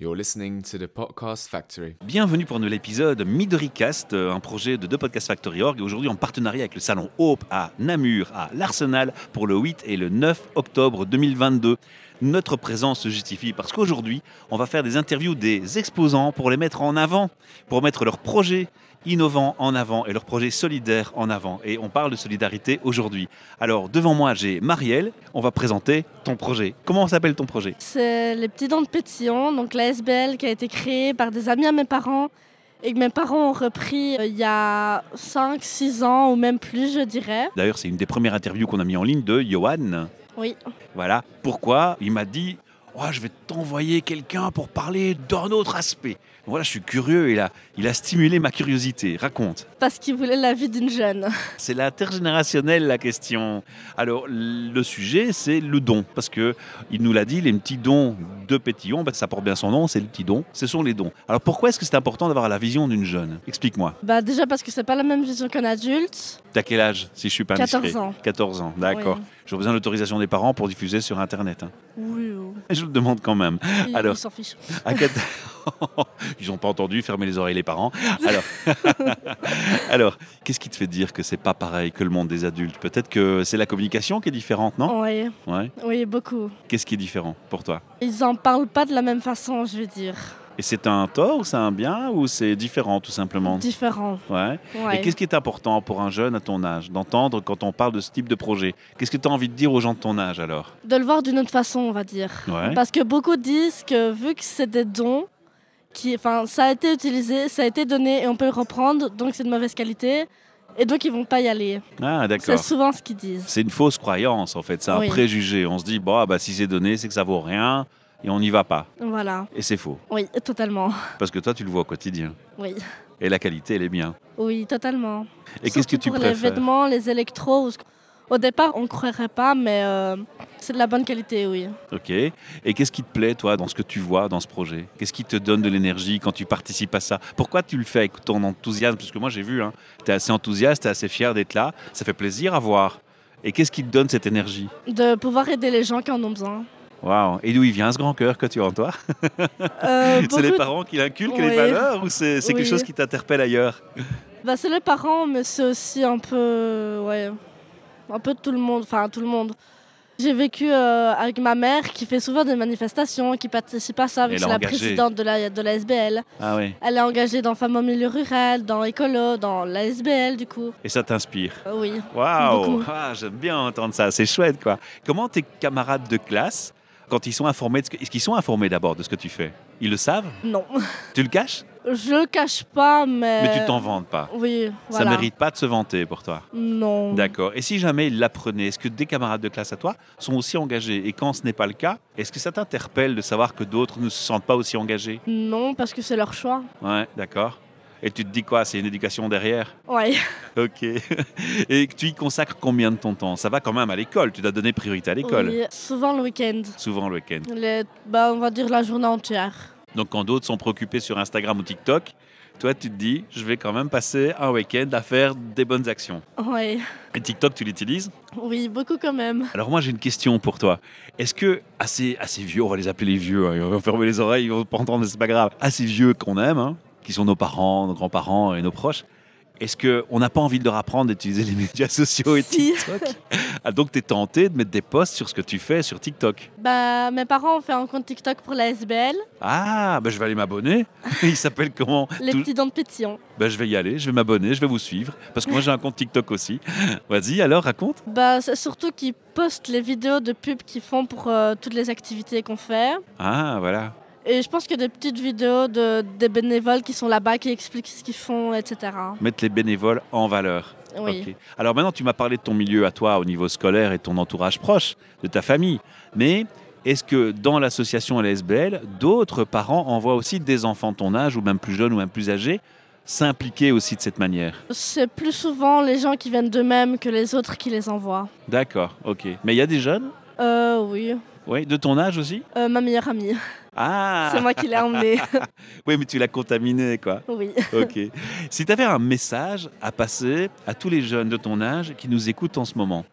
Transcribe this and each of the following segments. You're listening to the Podcast Factory. Bienvenue pour un nouvel épisode Midoricast, euh, un projet de The Podcast Factory Org, et aujourd'hui en partenariat avec le salon Hope à Namur, à l'Arsenal, pour le 8 et le 9 octobre 2022. Notre présence se justifie parce qu'aujourd'hui, on va faire des interviews des exposants pour les mettre en avant, pour mettre leurs projets innovants en avant et leurs projets solidaires en avant. Et on parle de solidarité aujourd'hui. Alors, devant moi, j'ai Marielle. On va présenter ton projet. Comment s'appelle ton projet C'est les petits dents de pétillon, donc la SBL qui a été créée par des amis à mes parents et que mes parents ont repris euh, il y a 5-6 ans ou même plus, je dirais. D'ailleurs, c'est une des premières interviews qu'on a mis en ligne de Johan. Oui. Voilà pourquoi il m'a dit Oh, je vais t'envoyer quelqu'un pour parler d'un autre aspect. Voilà, je suis curieux, il a, il a stimulé ma curiosité. Raconte. Parce qu'ils voulaient la vie d'une jeune. C'est l'intergénérationnel la question. Alors, le sujet, c'est le don. Parce que il nous l'a dit, les petits dons de Pétillon, bah, ça porte bien son nom, c'est le petit don, ce sont les dons. Alors, pourquoi est-ce que c'est important d'avoir la vision d'une jeune Explique-moi. Bah déjà parce que c'est pas la même vision qu'un adulte. T'as quel âge, si je suis pas indiscret 14 ans. 14 ans, d'accord. J'ai besoin de l'autorisation des parents pour diffuser sur Internet. hein. Oui, oui. Je le demande quand même. Ils- Alors. Ils s'en fichent. À quat- Ils n'ont pas entendu, fermez les oreilles les parents. Alors, Alors qu'est-ce qui te fait dire que c'est pas pareil que le monde des adultes Peut-être que c'est la communication qui est différente, non Oui, Ouais. oui, beaucoup. Qu'est-ce qui est différent pour toi Ils en parlent pas de la même façon, je veux dire. Et c'est un tort ou c'est un bien ou c'est différent tout simplement Différent. Ouais. Et Ouais. qu'est-ce qui est important pour un jeune à ton âge d'entendre quand on parle de ce type de projet Qu'est-ce que tu as envie de dire aux gens de ton âge alors De le voir d'une autre façon, on va dire. Ouais. Parce que beaucoup disent que vu que c'est des dons, qui, enfin, ça a été utilisé, ça a été donné et on peut le reprendre, donc c'est de mauvaise qualité. Et donc ils vont pas y aller. Ah, C'est d'accord. souvent ce qu'ils disent. C'est une fausse croyance en fait, c'est un Oui. préjugé. On se dit, bah, bah si c'est donné, c'est que ça vaut rien et on n'y va pas. Voilà. Et c'est faux. Oui, totalement. Parce que toi, tu le vois au quotidien. Oui. Et la qualité, elle est bien. Oui, totalement. Et qu'est-ce que Surtout tu pour les préfères vêtements, les électros. ou ce qu- Au départ, on croirait pas, mais euh, c'est de la bonne qualité, oui. Ok. Et qu'est-ce qui te plaît, toi, dans ce que tu vois dans ce projet Qu'est-ce qui te donne de l'énergie quand tu participes à ça Pourquoi tu le fais avec ton enthousiasme Parce que moi, j'ai vu, hein, tu es assez enthousiaste, tu es assez fier d'être là. Ça fait plaisir à voir. Et qu'est-ce qui te donne cette énergie De pouvoir aider les gens qui en ont besoin. Waouh Et d'où il vient ce grand cœur que tu as en toi Euh, C'est les beaucoup- parents qui l'inculquent, les Oui. valeurs Ou c'est c'est quelque Oui. chose qui t'interpelle ailleurs Bah, c'est les parents, mais c'est aussi un peu. Ouais. Un peu tout le monde. Enfin, tout le monde. J'ai vécu euh, avec ma mère qui fait souvent des manifestations, qui participe à ça, vu Elle que est c'est la engagée. présidente de la, de la SBL. Ah oui. Elle est engagée dans Femmes au milieu rural, dans Écolo, dans la SBL, du coup. Et ça t'inspire Euh, oui. Waouh Beaucoup. Ah, J'aime bien entendre ça, c'est chouette quoi. Comment tes camarades de classe, quand ils sont informés, de ce que- est-ce qu'ils sont informés d'abord de ce que tu fais Ils le savent Non. Tu le caches Je le cache pas, mais. Mais tu t'en vantes pas. Ça Oui, Euh, voilà. Mm. mérite pas de se vanter pour toi. Non. D'accord. Et si jamais ils l'apprenaient, est-ce que des camarades de classe à toi sont aussi engagés Et quand ce n'est pas le cas, est-ce que ça t'interpelle de savoir que d'autres ne se sentent pas aussi engagés Non, parce que c'est leur choix. Ouais, d'accord. Et tu te dis quoi C'est une éducation derrière Ouais. Ok. Et tu y consacres combien de ton temps Ça va quand même à l'école. Tu dois donner priorité à l'école. Oui, Souvent le week-end. Souvent le week-end. Les- Bah, on va dire la journée entière. Donc quand d'autres sont préoccupés sur Instagram ou TikTok, toi tu te dis, je vais quand même passer un week-end à faire des bonnes actions. Ouais. Et TikTok, tu l'utilises Oui, beaucoup quand même. Alors moi j'ai une question pour toi. Est-ce que assez assez vieux, on va les appeler les vieux, hein, ils vont fermer les oreilles, ils vont pas entendre, mais c'est pas grave. Assez vieux qu'on aime, hein, qui sont nos parents, nos grands-parents et nos proches. Est-ce que on n'a pas envie de leur apprendre d'utiliser les médias sociaux et Si. TikTok Ah, Donc tu es tenté de mettre des posts sur ce que tu fais sur TikTok. Bah, mes parents ont fait un compte TikTok pour la SBL, Ah, ben je vais aller m'abonner. Il s'appelle comment les Tout- petits dents de pétillon. Ben, je vais y aller, je vais m'abonner, je vais vous suivre. Parce que moi, j'ai un compte TikTok aussi. Vas-y, alors, raconte. Bah, c'est surtout qu'ils postent les vidéos de pub qu'ils font pour euh, toutes les activités qu'on fait. Ah, voilà. Et je pense que des petites vidéos de, des bénévoles qui sont là-bas, qui expliquent ce qu'ils font, etc. Mettre les bénévoles en valeur. Oui. Ok. Alors maintenant, tu m'as parlé de ton milieu à toi au niveau scolaire et de ton entourage proche, de ta famille. Mais est-ce que dans l'association LSBL, d'autres parents envoient aussi des enfants de ton âge, ou même plus jeunes, ou même plus âgés, s'impliquer aussi de cette manière C'est plus souvent les gens qui viennent d'eux-mêmes que les autres qui les envoient. D'accord, ok. Mais il y a des jeunes Euh, oui. Oui, de ton âge aussi Euh, ma meilleure amie. Ah C'est moi qui l'ai emmené. Oui, mais tu l'as contaminé, quoi. oui. Ok. si tu avais un message à passer à tous les jeunes de ton âge qui nous écoutent en ce moment,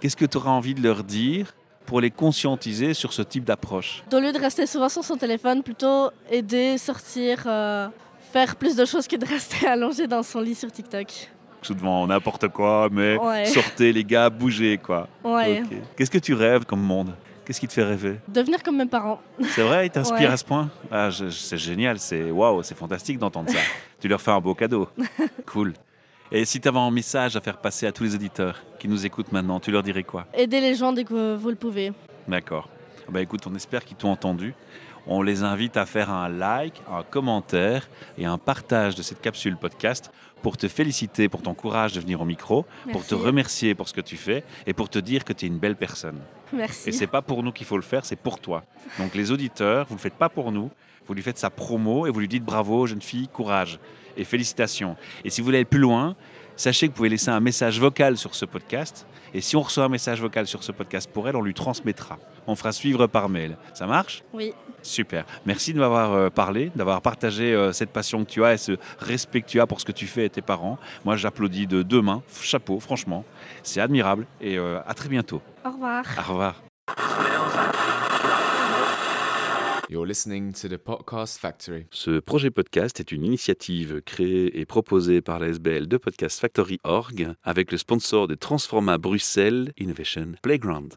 qu'est-ce que tu auras envie de leur dire pour les conscientiser sur ce type d'approche Au lieu de rester souvent sur son téléphone, plutôt aider, sortir, euh, faire plus de choses que de rester allongé dans son lit sur TikTok. Souvent, n'importe quoi, mais Ouais. sortez les gars, bougez, quoi. Ouais. Ok. Qu'est-ce que tu rêves comme monde Qu'est-ce qui te fait rêver Devenir comme mes parents. C'est vrai, ils t'inspirent Ouais. à ce point ah, je- je- C'est génial, c'est waouh, c'est fantastique d'entendre ça. tu leur fais un beau cadeau. Cool. Et si tu avais un message à faire passer à tous les auditeurs qui nous écoutent maintenant, tu leur dirais quoi Aider les gens dès que vous le pouvez. D'accord. Bah écoute, on espère qu'ils t'ont entendu. On les invite à faire un like, un commentaire et un partage de cette capsule podcast pour te féliciter pour ton courage de venir au micro, pour te Merci. remercier pour ce que tu fais et pour te dire que tu es une belle personne. Merci. Et c'est pas pour nous qu'il faut le faire, c'est pour toi. Donc les auditeurs, vous le faites pas pour nous, vous lui faites sa promo et vous lui dites bravo, jeune fille, courage et félicitations. Et si vous voulez aller plus loin, sachez que vous pouvez laisser un message vocal sur ce podcast. Et si on reçoit un message vocal sur ce podcast pour elle, on lui transmettra. On fera suivre par mail. Ça marche Oui. Super. Merci de m'avoir euh, parlé, d'avoir partagé euh, cette passion que tu as et ce respect que tu as pour ce que tu fais et tes parents. Moi, j'applaudis de deux mains. Chapeau, franchement. C'est admirable. Et euh, à très bientôt. Au revoir. Au revoir. You're listening to the Podcast Factory. Ce projet podcast est une initiative créée et proposée par la SBL de Podcast Factory Org avec le sponsor de Transforma Bruxelles Innovation Playground.